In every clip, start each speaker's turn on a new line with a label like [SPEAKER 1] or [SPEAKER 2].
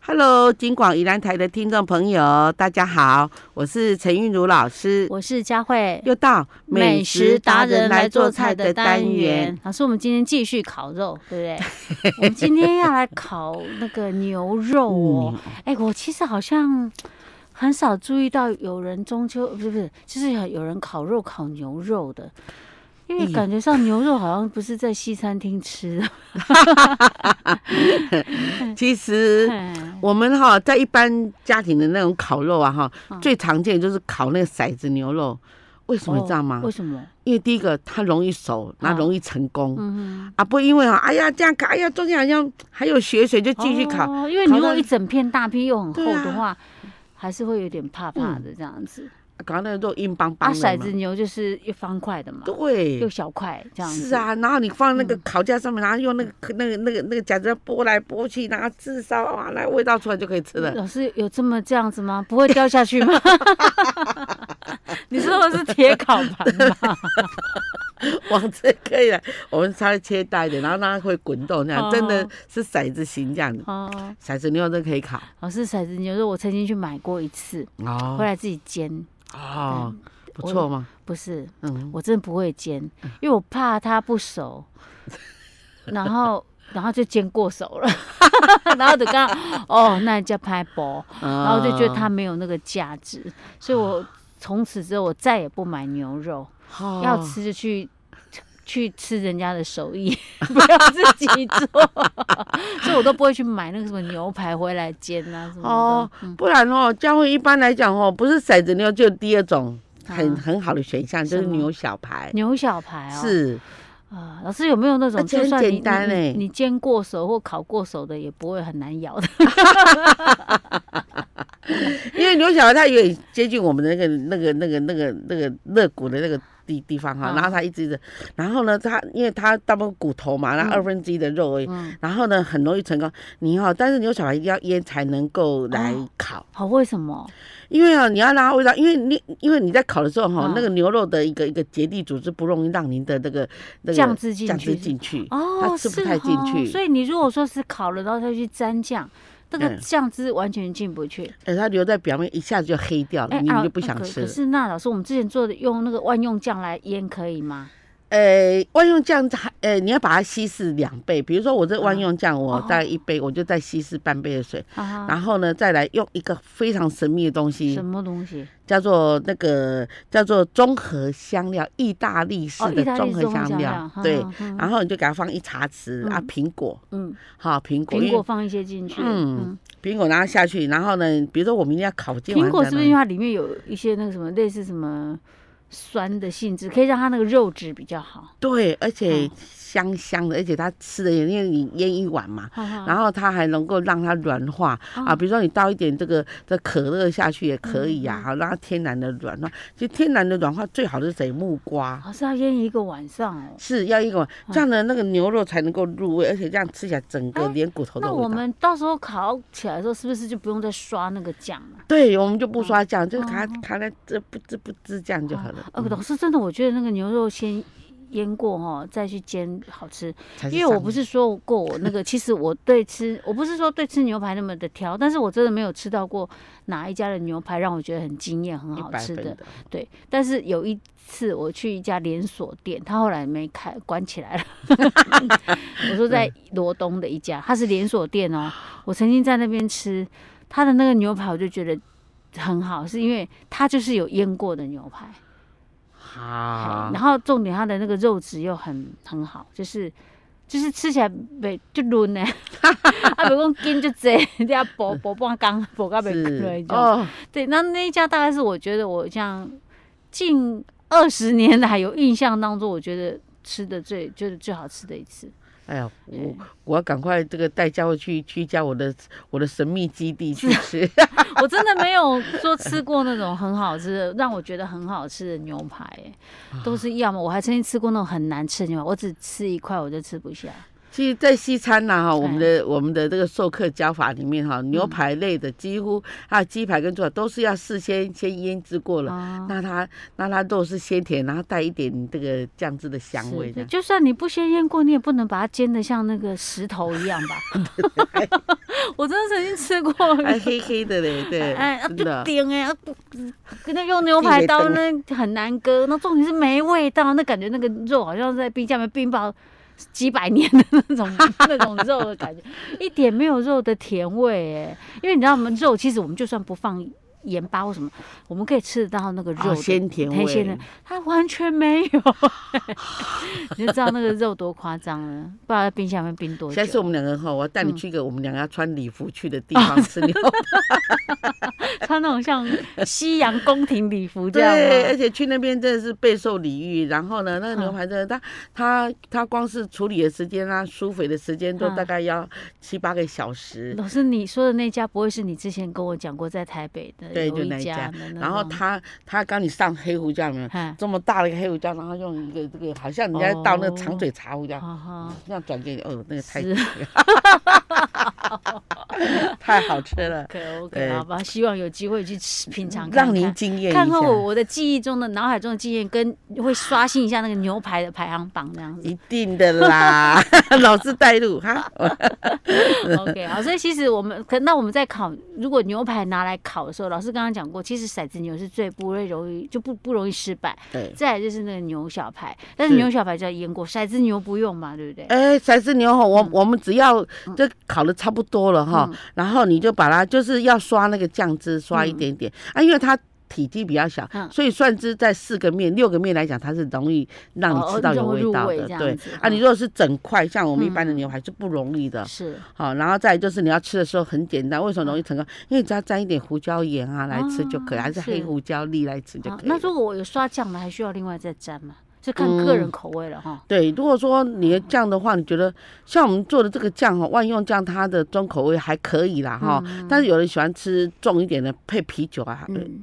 [SPEAKER 1] Hello，金广宜兰台的听众朋友，大家好，我是陈韵如老师，
[SPEAKER 2] 我是佳慧。
[SPEAKER 1] 又到
[SPEAKER 2] 老师，我们今天继续烤肉，对不对？我们今天要来烤那个牛
[SPEAKER 1] 嗯
[SPEAKER 2] 肉哦。哎、我其实好像很少注意到有人中秋，不是不是，就是有人烤肉烤牛肉的。因为
[SPEAKER 1] 嗯
[SPEAKER 2] 感觉上牛肉好像不是在西餐厅 吃的，
[SPEAKER 1] 其实
[SPEAKER 2] 嗯
[SPEAKER 1] 我们哈在一般家庭的那种烤肉啊哈，
[SPEAKER 2] 嗯
[SPEAKER 1] 最常见就是烤那个骰子牛肉，为什么你知道吗
[SPEAKER 2] 哦？为什么？
[SPEAKER 1] 因为第一个它容易熟，那
[SPEAKER 2] 嗯
[SPEAKER 1] 容易成功。
[SPEAKER 2] 嗯，
[SPEAKER 1] 啊，不，因为啊，哎呀，这样烤，哎呀，中间好像还有血水，就继续烤。
[SPEAKER 2] 哦，因为你如
[SPEAKER 1] 烤
[SPEAKER 2] 果
[SPEAKER 1] 到
[SPEAKER 2] 一整片大片又很厚
[SPEAKER 1] 对啊嗯
[SPEAKER 2] 的话，还是会有点怕怕的这样子。
[SPEAKER 1] 啊搞那个肉硬邦
[SPEAKER 2] 啊，
[SPEAKER 1] 邦的
[SPEAKER 2] 骰
[SPEAKER 1] 嘛
[SPEAKER 2] 子，牛就是一方块的嘛，又
[SPEAKER 1] 对，
[SPEAKER 2] 小块这样子。嗯
[SPEAKER 1] 是，啊。然后你放那个烤架上面，然后用那个那个那个那个夹子拨来拨去，然后炙烧啊，那味道出来就可以吃 了。
[SPEAKER 2] 老师有这么这样子吗？不会掉下去吗？ 你说的是铁烤盘吧？
[SPEAKER 1] 往这可以了，我们稍微切大一点，然后让它会滚动，这样
[SPEAKER 2] 哦
[SPEAKER 1] 真的是骰子形这样的。
[SPEAKER 2] 哦，
[SPEAKER 1] 骰子牛肉可以烤
[SPEAKER 2] 老师骰子牛肉我曾经去买过一次，回
[SPEAKER 1] 哦
[SPEAKER 2] 来自己煎，
[SPEAKER 1] 哦，
[SPEAKER 2] 嗯
[SPEAKER 1] 不
[SPEAKER 2] 我
[SPEAKER 1] 错嘛，
[SPEAKER 2] 不是，
[SPEAKER 1] 嗯，
[SPEAKER 2] 我真的不会煎，因为我怕它不 熟，然后。然后就煎过熟了， 然后就刚哦，那叫拍薄，然
[SPEAKER 1] 然
[SPEAKER 2] 后就觉得它没有那个价值，所以我从此之后我再也不买牛肉。
[SPEAKER 1] 哦啊
[SPEAKER 2] 要吃就去 去吃人家的手艺， 不要自己做， 所以我都不会去买那个什么牛排回来煎啊什么的。
[SPEAKER 1] 哦，不然哦，教会一般来讲哦，不是骰子牛，就第二种很、
[SPEAKER 2] 啊
[SPEAKER 1] 很好的选项，就是
[SPEAKER 2] 什么
[SPEAKER 1] 牛小排，
[SPEAKER 2] 牛小排哦，
[SPEAKER 1] 是
[SPEAKER 2] 啊，老师有没有那
[SPEAKER 1] 而
[SPEAKER 2] 种
[SPEAKER 1] 且
[SPEAKER 2] 就
[SPEAKER 1] 很
[SPEAKER 2] 算你
[SPEAKER 1] 简单
[SPEAKER 2] 你
[SPEAKER 1] 欸
[SPEAKER 2] 你煎过熟或烤过熟的也不会很难咬的？
[SPEAKER 1] 因为牛小排它有点接近我们的那个那个那个那个那个肋骨的那个地地方哈，
[SPEAKER 2] 啊
[SPEAKER 1] 然后它一直一直，然后呢，它因为它大部分骨头嘛，那
[SPEAKER 2] 嗯
[SPEAKER 1] 二分之一的肉而已。
[SPEAKER 2] 嗯，
[SPEAKER 1] 然后呢，很容易成功。你哈、但是牛小排一定要腌才能够来
[SPEAKER 2] 哦
[SPEAKER 1] 烤，
[SPEAKER 2] 好，为什么？
[SPEAKER 1] 因为啊，你要让它味道，因为你因为你在烤的时候哈、
[SPEAKER 2] 嗯
[SPEAKER 1] 那个牛肉的一个一个结缔组织不容易让您的那个那个
[SPEAKER 2] 酱汁进
[SPEAKER 1] 酱
[SPEAKER 2] 去
[SPEAKER 1] 汁
[SPEAKER 2] 是
[SPEAKER 1] 进去。它
[SPEAKER 2] 哦，
[SPEAKER 1] 吃不
[SPEAKER 2] 是
[SPEAKER 1] 太进
[SPEAKER 2] 哦
[SPEAKER 1] 去
[SPEAKER 2] 所以你如果说是烤了，然后再去沾酱，那个
[SPEAKER 1] 嗯
[SPEAKER 2] 酱汁完全进不去。
[SPEAKER 1] 哎、它留在表面一下子就黑掉了，
[SPEAKER 2] 哎
[SPEAKER 1] 你
[SPEAKER 2] 啊
[SPEAKER 1] 你就不
[SPEAKER 2] 那
[SPEAKER 1] 想
[SPEAKER 2] 可
[SPEAKER 1] 吃
[SPEAKER 2] 可
[SPEAKER 1] 了。
[SPEAKER 2] 是那老师，我们之前做的用那个万用酱来腌可以吗？
[SPEAKER 1] 呃，万用酱它，呃，你要把它稀释两倍。比如说我这
[SPEAKER 2] 嗯
[SPEAKER 1] 万用酱，我大概一杯，我就再稀释半杯的水，
[SPEAKER 2] 啊，
[SPEAKER 1] 然后呢，再来用一个非常神秘的东西
[SPEAKER 2] 什，么东西？
[SPEAKER 1] 叫做那个叫做综合香料，意大利式
[SPEAKER 2] 哦，
[SPEAKER 1] 的
[SPEAKER 2] 意大利
[SPEAKER 1] 综合
[SPEAKER 2] 综合
[SPEAKER 1] 香
[SPEAKER 2] 香
[SPEAKER 1] 料
[SPEAKER 2] 料，，
[SPEAKER 1] 对。
[SPEAKER 2] 哈，哈哈
[SPEAKER 1] 然后你就给它放一茶匙啊，
[SPEAKER 2] 嗯
[SPEAKER 1] 苹果，
[SPEAKER 2] 嗯，
[SPEAKER 1] 哈，苹果，
[SPEAKER 2] 苹
[SPEAKER 1] 因
[SPEAKER 2] 果
[SPEAKER 1] 为
[SPEAKER 2] 放一些进去，
[SPEAKER 1] 嗯
[SPEAKER 2] 嗯，
[SPEAKER 1] 苹果拿下去，然后呢，比如说我明天要烤，今晚
[SPEAKER 2] 苹果
[SPEAKER 1] 才
[SPEAKER 2] 是不是
[SPEAKER 1] 能
[SPEAKER 2] 因为它里面有一些那个什么类似什么酸的性质，可以让它那个肉质比较好？
[SPEAKER 1] 对，而且
[SPEAKER 2] 嗯
[SPEAKER 1] 香香的，而且它吃的也，因为你腌一碗嘛，
[SPEAKER 2] 然
[SPEAKER 1] 然后它还能够让它软化
[SPEAKER 2] 哦
[SPEAKER 1] 啊，比如说你倒一点这个这可乐下去也可以
[SPEAKER 2] 嗯
[SPEAKER 1] 呀、啊，让它天然的软化。其实天然的软化最好的是谁？木瓜。
[SPEAKER 2] 老师要腌一个晚上哦。
[SPEAKER 1] 是要一个碗这样的那个牛肉才能够入味，而且这样吃起来整个
[SPEAKER 2] 哎
[SPEAKER 1] 连骨头
[SPEAKER 2] 那
[SPEAKER 1] 的
[SPEAKER 2] 我
[SPEAKER 1] 味道。
[SPEAKER 2] 们到时候烤起来的时候，是不是就不用再刷那个酱了？
[SPEAKER 1] 对，我们就不刷酱，就是
[SPEAKER 2] 哦
[SPEAKER 1] 卡卡在这不知不知这样就好了。
[SPEAKER 2] 哦
[SPEAKER 1] 嗯
[SPEAKER 2] 老师真的，我觉得那个牛肉先腌过哦，再去煎好吃。
[SPEAKER 1] 才
[SPEAKER 2] 因为我
[SPEAKER 1] 上
[SPEAKER 2] 不
[SPEAKER 1] 瘾
[SPEAKER 2] 是说过我那个，其实我对吃，我不是说对吃牛排那么的挑，但是我真的没有吃到过哪一家的牛排让我觉得很惊艳、很好
[SPEAKER 1] 100
[SPEAKER 2] 吃
[SPEAKER 1] 分
[SPEAKER 2] 的。对，但是有一次我去一家连锁店，它后来没开，关起来了。 我说在罗东的一家，它是连锁店哦。我曾经在那边吃它的那个牛排，我就觉得很好，是因为它就是有腌过的牛排。
[SPEAKER 1] 好
[SPEAKER 2] 然，后重点它的那个肉质又很很好，就是就是吃起来袂就 嫩呢，啊，不讲筋就这，这样薄薄半刚薄到袂
[SPEAKER 1] 是
[SPEAKER 2] 开哦。
[SPEAKER 1] 哦，
[SPEAKER 2] 对，那那一家大概是我觉得我这样近二十年来有印象当中，我觉得吃的最就是最好吃的一次。
[SPEAKER 1] 哎呀，我我要赶快这个带家伙去去一家我的我的神秘基地 去吃。
[SPEAKER 2] 我真的没有说吃过那种很好吃的，让我觉得很好吃的牛排、
[SPEAKER 1] 啊
[SPEAKER 2] 欸，都是要么我还曾经吃过那种很难吃的牛排，我只吃一块我就吃不下。
[SPEAKER 1] 其实，在西餐呐、哈，我们
[SPEAKER 2] 对
[SPEAKER 1] 的我们的这个授课教法里面哈，牛排类的几乎还有鸡排跟猪排都是要事先先腌制过了，
[SPEAKER 2] 啊，
[SPEAKER 1] 那它那它肉是鲜甜，然后带一点这个酱汁的香味
[SPEAKER 2] 是
[SPEAKER 1] 的
[SPEAKER 2] 的，。就算你不先腌过，你也不能把它煎的像那个石头一样 吧？ 我真的曾经吃过，
[SPEAKER 1] 哎，黑黑的嘞， 对，
[SPEAKER 2] 哎，啊
[SPEAKER 1] 真
[SPEAKER 2] 就
[SPEAKER 1] 的。
[SPEAKER 2] 顶哎，啊不跟那用牛排刀
[SPEAKER 1] 地
[SPEAKER 2] 那很难割，那重点是没味道，那感觉那个肉好像在冰箱里面冰雹几百年的那种 那种肉的感觉，一点没有肉的甜味哎，因为你知道我们肉其实我们就算不放盐巴或什么，我们可以吃得到那个肉
[SPEAKER 1] 哦，
[SPEAKER 2] 的
[SPEAKER 1] 鲜甜
[SPEAKER 2] 太鲜
[SPEAKER 1] 味
[SPEAKER 2] 了，它完全没有，你就知道那个肉多夸张了，不知道在冰箱里面冰多
[SPEAKER 1] 下次我
[SPEAKER 2] 久，
[SPEAKER 1] 们两个哈，我要带你去一个我们两个要穿礼服去的地 方吃牛
[SPEAKER 2] 穿那种像西洋宫廷礼服这样
[SPEAKER 1] 对，而
[SPEAKER 2] 吗？
[SPEAKER 1] 且去那边真的是备受礼遇。然后呢，那个牛
[SPEAKER 2] 嗯
[SPEAKER 1] 排真的，它它它光是处理的时间啊，疏肥的时间都大
[SPEAKER 2] 嗯
[SPEAKER 1] 概要七八个小时。
[SPEAKER 2] 老师，你说的那家不会是你之前跟我讲过在台北的
[SPEAKER 1] 对
[SPEAKER 2] 有
[SPEAKER 1] 就
[SPEAKER 2] 一
[SPEAKER 1] 那一家
[SPEAKER 2] 家的那
[SPEAKER 1] 然后
[SPEAKER 2] 种
[SPEAKER 1] 它它刚你上黑胡椒有没有？
[SPEAKER 2] 哎，
[SPEAKER 1] 这么大的一个黑胡椒，然后用一个这个，好像人家倒那个长嘴茶胡椒，
[SPEAKER 2] 哈哈，
[SPEAKER 1] 这样转给你，哦，那个太
[SPEAKER 2] 哦是
[SPEAKER 1] 太好吃了，
[SPEAKER 2] OK
[SPEAKER 1] 对
[SPEAKER 2] OK，好吧，希望有机会去吃品尝看
[SPEAKER 1] 让您
[SPEAKER 2] 看。
[SPEAKER 1] 惊艳一
[SPEAKER 2] 看看我
[SPEAKER 1] 下。
[SPEAKER 2] 我的记忆中的脑海中的经验，跟会刷新一下那个牛排的排行榜这样 子。
[SPEAKER 1] 一定的啦， 老师带路哈。
[SPEAKER 2] OK，好，所以其实我们可那我们在烤，如果牛排拿来烤的时候，老师刚刚讲过，其实骰子牛是最不会容易就不不容易失败。
[SPEAKER 1] 对，
[SPEAKER 2] 再来就是那个牛小排，但是
[SPEAKER 1] 是
[SPEAKER 2] 牛小排就要腌过，骰子牛不用嘛，对不对？
[SPEAKER 1] 哎，才是牛吼，
[SPEAKER 2] 嗯
[SPEAKER 1] 我我们只要这烤的差不多了哈，然后你就把它就是要刷那个酱汁，刷一点点、啊，因为它体积比较小，
[SPEAKER 2] 嗯
[SPEAKER 1] 所以蒜汁在四个面、六个面来讲，它是容易让你
[SPEAKER 2] 哦
[SPEAKER 1] 吃到有
[SPEAKER 2] 容易
[SPEAKER 1] 味
[SPEAKER 2] 入
[SPEAKER 1] 道
[SPEAKER 2] 味
[SPEAKER 1] 的，
[SPEAKER 2] 这样
[SPEAKER 1] 对
[SPEAKER 2] 子
[SPEAKER 1] 啊。你
[SPEAKER 2] 嗯
[SPEAKER 1] 如果是整块，像我们一般的牛排是不容易的。
[SPEAKER 2] 是
[SPEAKER 1] 好，然后再来就是你要吃的时候很简单，为什么容易成功？因为你只要沾一点胡椒盐啊来吃就可以，
[SPEAKER 2] 啊
[SPEAKER 1] 还是黑
[SPEAKER 2] 是
[SPEAKER 1] 胡椒粒来吃就
[SPEAKER 2] 啊
[SPEAKER 1] 可以了。
[SPEAKER 2] 那如果我有刷酱的，还需要另外再沾嘛？就看个
[SPEAKER 1] 嗯
[SPEAKER 2] 人口味了哈。
[SPEAKER 1] 对，如果说你的酱的话，你觉得像我们做的这个酱哈，万用酱它的重口味还可以啦哈，但是有人喜欢吃重一点的，配啤酒啊，
[SPEAKER 2] 嗯，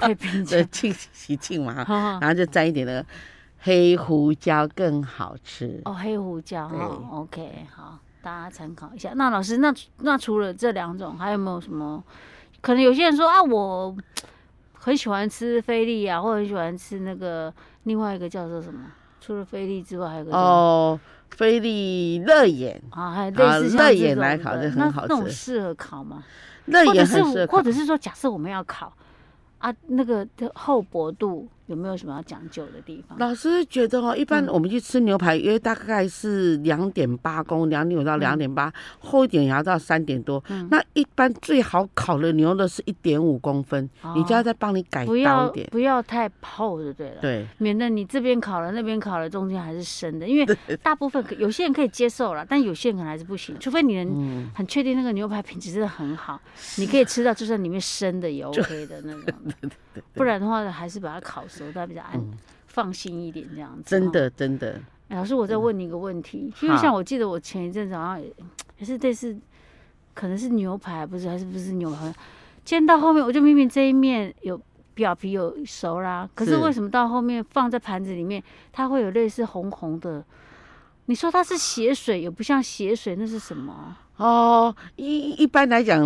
[SPEAKER 2] 太平
[SPEAKER 1] 呃
[SPEAKER 2] 均。
[SPEAKER 1] 庆 喜庆嘛，哈
[SPEAKER 2] 哈哈
[SPEAKER 1] 然后就沾一点那个黑胡椒更好吃。
[SPEAKER 2] 哦，黑胡椒
[SPEAKER 1] 对
[SPEAKER 2] 哈，OK，好，大家参考一下。那老师，那那除了这两种，还有没有什么？可能有些人说啊，我很喜欢吃菲力啊，或者很喜欢吃那个另外一个叫做什么？除了菲力之外，还有一个叫
[SPEAKER 1] 哦，菲力热眼，
[SPEAKER 2] 啊，还有
[SPEAKER 1] 好
[SPEAKER 2] 类似像
[SPEAKER 1] 肋
[SPEAKER 2] 这
[SPEAKER 1] 眼
[SPEAKER 2] 种
[SPEAKER 1] 来
[SPEAKER 2] 的
[SPEAKER 1] 烤这
[SPEAKER 2] 那
[SPEAKER 1] 很好
[SPEAKER 2] 那种
[SPEAKER 1] 吃
[SPEAKER 2] 适合烤吗？
[SPEAKER 1] 热
[SPEAKER 2] 或者
[SPEAKER 1] 眼
[SPEAKER 2] 是
[SPEAKER 1] 很适合
[SPEAKER 2] 或
[SPEAKER 1] 烤
[SPEAKER 2] 者。是说，假设我们要烤啊，那个的厚薄度有没有什么要讲究的地方？
[SPEAKER 1] 老师觉得哦，一般我们去吃牛排约大概是两点八公，两点五到两点八，厚一点也要到三点多。那一般最好烤的牛肉是一点五公分，你就要
[SPEAKER 2] 哦
[SPEAKER 1] 再帮你改
[SPEAKER 2] 不要
[SPEAKER 1] 高一点。
[SPEAKER 2] 不要太厚就对了。
[SPEAKER 1] 对，
[SPEAKER 2] 免得你这边烤了，那边烤了，中间还是生的。因为大部分可有些人可以接受了，但有些人可能还是不行。除非你
[SPEAKER 1] 嗯
[SPEAKER 2] 能很确定那个牛排品质真的很好，你可以吃到就算里面生的也 OK 的 那种。不然的话，还是把它烤熟，它比较安、
[SPEAKER 1] 嗯
[SPEAKER 2] 放心一点这样子。
[SPEAKER 1] 真
[SPEAKER 2] 哦、
[SPEAKER 1] 的真的，
[SPEAKER 2] 哎老师，我再
[SPEAKER 1] 嗯
[SPEAKER 2] 问你一个问题，
[SPEAKER 1] 好
[SPEAKER 2] 因为像我记得我前一阵子好像也也是类似，可能是牛排不是还是不是牛排，煎到后面我就明明这一面有表皮有熟啦，可是
[SPEAKER 1] 是
[SPEAKER 2] 为什么到后面放在盘子里面，它会有类似红红的？你说它是血水，也不像血水，那是什么？
[SPEAKER 1] 哦，一一般来讲，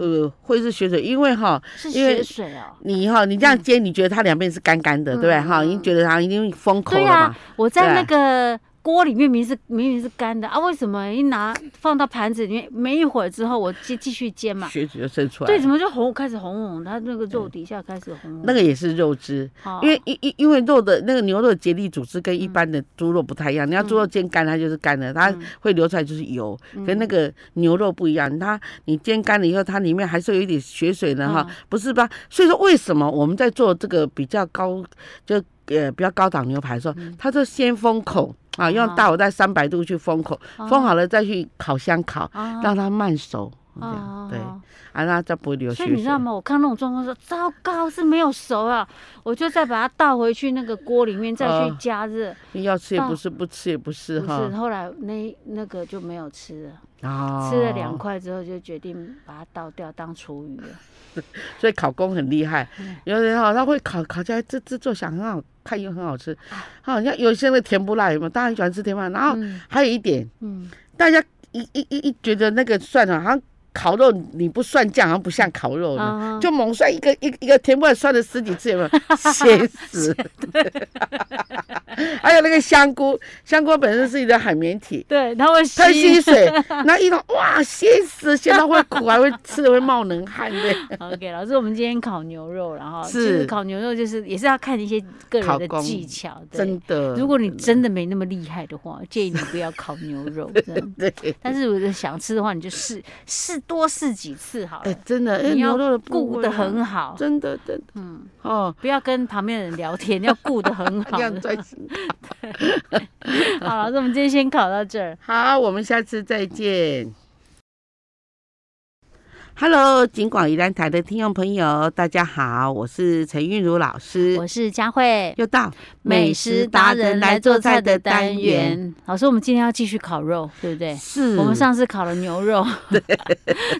[SPEAKER 1] 呃，会是血水，因为哈，
[SPEAKER 2] 是
[SPEAKER 1] 因为
[SPEAKER 2] 血水哦。
[SPEAKER 1] 你哈，你这样煎，你觉得它两边是干干的，对不对？哈，已经觉得它已经封口
[SPEAKER 2] 对
[SPEAKER 1] 了
[SPEAKER 2] 呀、
[SPEAKER 1] 嘛。
[SPEAKER 2] 我在那
[SPEAKER 1] 嗯对
[SPEAKER 2] 个锅里面明明是明明是干的啊，为什么一拿放到盘子里面，没一会儿之后我继继续煎嘛？
[SPEAKER 1] 血水就渗出来
[SPEAKER 2] 对，
[SPEAKER 1] 了，
[SPEAKER 2] 怎么就红开始红红的？它那个肉底下开始红红的。
[SPEAKER 1] 那个也是肉汁，
[SPEAKER 2] 哦嗯
[SPEAKER 1] 因为因因因为肉的那个牛肉的结缔组织跟一般的猪肉不太一样，你要猪肉煎干它就是干的，它会流出来就是油，
[SPEAKER 2] 嗯
[SPEAKER 1] 跟那个牛肉不一样，它你煎干了以后，它里面还是有一点血水呢哈
[SPEAKER 2] 嗯，
[SPEAKER 1] 不是吧？所以说为什么我们在做这个比较高就呃比较高档牛排的时候，
[SPEAKER 2] 嗯
[SPEAKER 1] 它就先封口啊，用大火在三百度去封口，
[SPEAKER 2] 哦
[SPEAKER 1] 封好了再去烤箱烤，
[SPEAKER 2] 啊
[SPEAKER 1] 让它慢熟，这样
[SPEAKER 2] 啊
[SPEAKER 1] 对，啊，那它不会流血
[SPEAKER 2] 所以你知
[SPEAKER 1] 水
[SPEAKER 2] 道。吗？我看那种状况说，糟糕，是没有熟啊，我就再把它倒回去那个锅里面，再去
[SPEAKER 1] 哦
[SPEAKER 2] 加热。
[SPEAKER 1] 要吃也
[SPEAKER 2] 到
[SPEAKER 1] 不是，不吃也不是
[SPEAKER 2] 不是，
[SPEAKER 1] 哈。
[SPEAKER 2] 后来那那个就没有吃了，
[SPEAKER 1] 啊
[SPEAKER 2] 吃了两块之后就决定把它倒掉当厨余了。
[SPEAKER 1] 所以考公很厉害，有人哦，他会考考起来，这这做想很好看又很好吃。好，像有些那个甜不辣有没有？大家很喜欢吃甜不辣。然后还有一点，
[SPEAKER 2] 嗯，
[SPEAKER 1] 大家一一一一觉得那个蒜头好像烤肉你不蒜酱，好像不像烤肉呢。
[SPEAKER 2] 啊
[SPEAKER 1] 哦就猛涮一个一个一个甜不辣涮了十几次，有没 有？咸死！还有那个香菇，香菇本身是一个海绵体，
[SPEAKER 2] 对，它会
[SPEAKER 1] 它
[SPEAKER 2] 吸
[SPEAKER 1] 吸。水，然后一桶哇，咸死，咸到会苦，还会吃的会冒冷汗的。
[SPEAKER 2] OK，老师，我们今天烤牛肉了哈，然后
[SPEAKER 1] 是
[SPEAKER 2] 烤牛肉就是也是要看一些个人
[SPEAKER 1] 烤
[SPEAKER 2] 的
[SPEAKER 1] 工
[SPEAKER 2] 技巧。对
[SPEAKER 1] 真，的。
[SPEAKER 2] 如果你嗯真的没那么厉害的话，建议你不要烤牛 肉这样。
[SPEAKER 1] 对，
[SPEAKER 2] 但是如果想吃的话，你就试试多试几次好
[SPEAKER 1] 哎
[SPEAKER 2] 了，，
[SPEAKER 1] 真的，哎，
[SPEAKER 2] 你要
[SPEAKER 1] 牛肉的部
[SPEAKER 2] 顾
[SPEAKER 1] 位
[SPEAKER 2] 得
[SPEAKER 1] 啊
[SPEAKER 2] 很好，
[SPEAKER 1] 真的真的，
[SPEAKER 2] 嗯，
[SPEAKER 1] 哦，
[SPEAKER 2] 不要跟旁边的人聊天， 要顾得很好
[SPEAKER 1] 这。样专心。
[SPEAKER 2] 好，老师，我们今天先烤到这儿。
[SPEAKER 1] 好，我们下次再见。Hello，金广宜兰台的听众朋友，大家好，我是陈韵如老师
[SPEAKER 2] 我，是佳慧，
[SPEAKER 1] 又到
[SPEAKER 2] 美食达人来做菜的单。元。老师，我们今天要继续烤肉，对不对？
[SPEAKER 1] 是，
[SPEAKER 2] 我们上次烤了牛 肉，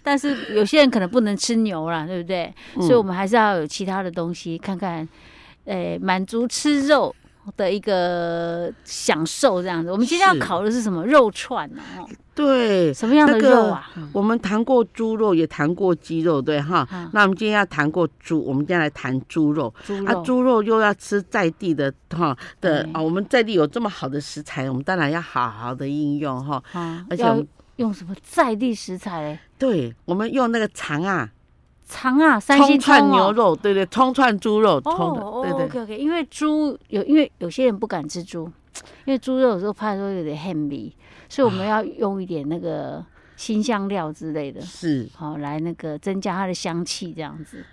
[SPEAKER 2] 但是有些人可能不能吃牛啦，对不对？
[SPEAKER 1] 嗯
[SPEAKER 2] 所以我们还是要有其他的东西，看看，诶、满足吃肉的一个享受这样子。我们今天要
[SPEAKER 1] 是
[SPEAKER 2] 烤的是什么肉串呢、哦
[SPEAKER 1] 对，
[SPEAKER 2] 什么样的
[SPEAKER 1] 那个
[SPEAKER 2] 肉啊？
[SPEAKER 1] 我们谈过猪肉，也谈过鸡肉，对哈。
[SPEAKER 2] 嗯
[SPEAKER 1] 那我们今天要谈过猪，我们今天来谈猪肉。
[SPEAKER 2] 猪肉、
[SPEAKER 1] 啊，猪肉又要吃在地的哈的
[SPEAKER 2] 对
[SPEAKER 1] 啊，我们在地有这么好的食材，我们当然要好好的应用哈。
[SPEAKER 2] 啊
[SPEAKER 1] 而且我
[SPEAKER 2] 要
[SPEAKER 1] 们
[SPEAKER 2] 用什么在地食材嘞？
[SPEAKER 1] 对，我们用那个肠啊，
[SPEAKER 2] 肠啊，三
[SPEAKER 1] 葱
[SPEAKER 2] 星葱
[SPEAKER 1] 串
[SPEAKER 2] 哦
[SPEAKER 1] 牛肉，对对，葱串猪肉，
[SPEAKER 2] 哦
[SPEAKER 1] 葱
[SPEAKER 2] 哦
[SPEAKER 1] 的，对对，
[SPEAKER 2] ，OK OK，因为猪有，因为有些人不敢吃猪，因为猪肉有时候怕说有点 h a m y 所以我们
[SPEAKER 1] 啊
[SPEAKER 2] 要用一点那个新香料之类的，
[SPEAKER 1] 是。哎
[SPEAKER 2] 好、来那个增加它的香气这样子。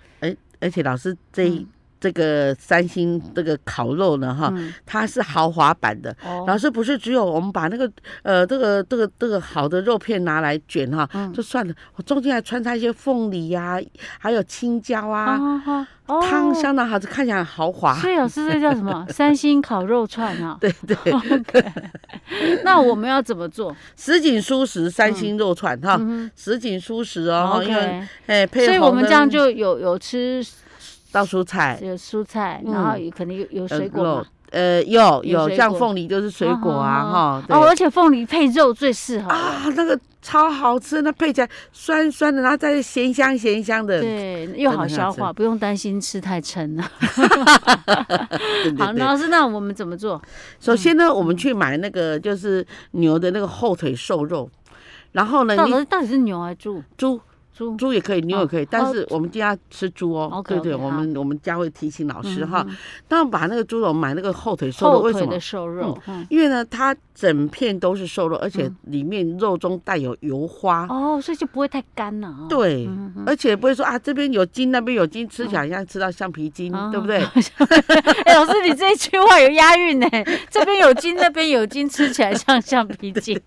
[SPEAKER 1] 而且老师这一
[SPEAKER 2] 嗯
[SPEAKER 1] 这个三星这个烤肉呢，哈，
[SPEAKER 2] 嗯，
[SPEAKER 1] 它是豪华版的。老
[SPEAKER 2] 哦，
[SPEAKER 1] 师不是只有我们把那个呃这个这个这个好的肉片拿来卷哈，
[SPEAKER 2] 嗯
[SPEAKER 1] 就算了，我中间还穿插一些凤梨呀、还有青椒啊，
[SPEAKER 2] 啊哦
[SPEAKER 1] 汤相当好吃，看起来很豪华。？
[SPEAKER 2] 所以老师，这叫什么？三星烤肉串啊
[SPEAKER 1] 对对，
[SPEAKER 2] 那我们要怎么做？
[SPEAKER 1] 什锦蔬食三星肉串哈，
[SPEAKER 2] 嗯
[SPEAKER 1] 什锦蔬食
[SPEAKER 2] 哼
[SPEAKER 1] 哦，因为
[SPEAKER 2] ，OK。
[SPEAKER 1] 哎配
[SPEAKER 2] 所以我们
[SPEAKER 1] 红
[SPEAKER 2] 这样
[SPEAKER 1] 焖
[SPEAKER 2] 就有有吃
[SPEAKER 1] 到蔬菜，
[SPEAKER 2] 有蔬菜，
[SPEAKER 1] 嗯
[SPEAKER 2] 然后有可能有有
[SPEAKER 1] 呃
[SPEAKER 2] 水果
[SPEAKER 1] 肉
[SPEAKER 2] 嘛。
[SPEAKER 1] 呃，有
[SPEAKER 2] 有
[SPEAKER 1] 有
[SPEAKER 2] 水
[SPEAKER 1] 像
[SPEAKER 2] 果
[SPEAKER 1] 凤梨就是水果啊
[SPEAKER 2] 哦
[SPEAKER 1] 哈，对
[SPEAKER 2] 哦，而且凤梨配肉最适合了。
[SPEAKER 1] 啊那个超好吃，那配起来酸酸的，然后再咸香咸香的，对
[SPEAKER 2] 对，
[SPEAKER 1] 真的
[SPEAKER 2] 又好
[SPEAKER 1] 很
[SPEAKER 2] 消
[SPEAKER 1] 好吃
[SPEAKER 2] 化，不用担心吃太撑了。啊
[SPEAKER 1] 对对。
[SPEAKER 2] 好，那老师，那我们怎么做？
[SPEAKER 1] 首先
[SPEAKER 2] 嗯
[SPEAKER 1] 呢，我们去买那个就是牛的那个后腿瘦肉，然后呢，
[SPEAKER 2] 到
[SPEAKER 1] 呃你
[SPEAKER 2] 底到底是牛还是猪？
[SPEAKER 1] 猪
[SPEAKER 2] 猪哦
[SPEAKER 1] 猪也可以，牛也可以，但是我们今天要吃猪哦。
[SPEAKER 2] OK，
[SPEAKER 1] 对对，
[SPEAKER 2] OK，
[SPEAKER 1] 我们我们家会提醒老师
[SPEAKER 2] 嗯
[SPEAKER 1] 哈，那把那个猪肉买那个后腿瘦肉，
[SPEAKER 2] 后
[SPEAKER 1] 为什
[SPEAKER 2] 腿
[SPEAKER 1] 么
[SPEAKER 2] 的？瘦肉。嗯
[SPEAKER 1] 因为呢，它整片都是瘦肉，而且里面肉中带有油花，
[SPEAKER 2] 哦，所以就不会太干了啊。
[SPEAKER 1] 啊对。
[SPEAKER 2] 嗯，嗯嗯
[SPEAKER 1] 而且不会说啊，这边有筋，那边有筋，吃起来像吃到橡皮筋，
[SPEAKER 2] 哦
[SPEAKER 1] 对不对？
[SPEAKER 2] 啊 哎，老师，你这一句话有押韵呢， 这边有筋，那边有筋，吃起来像橡皮 筋。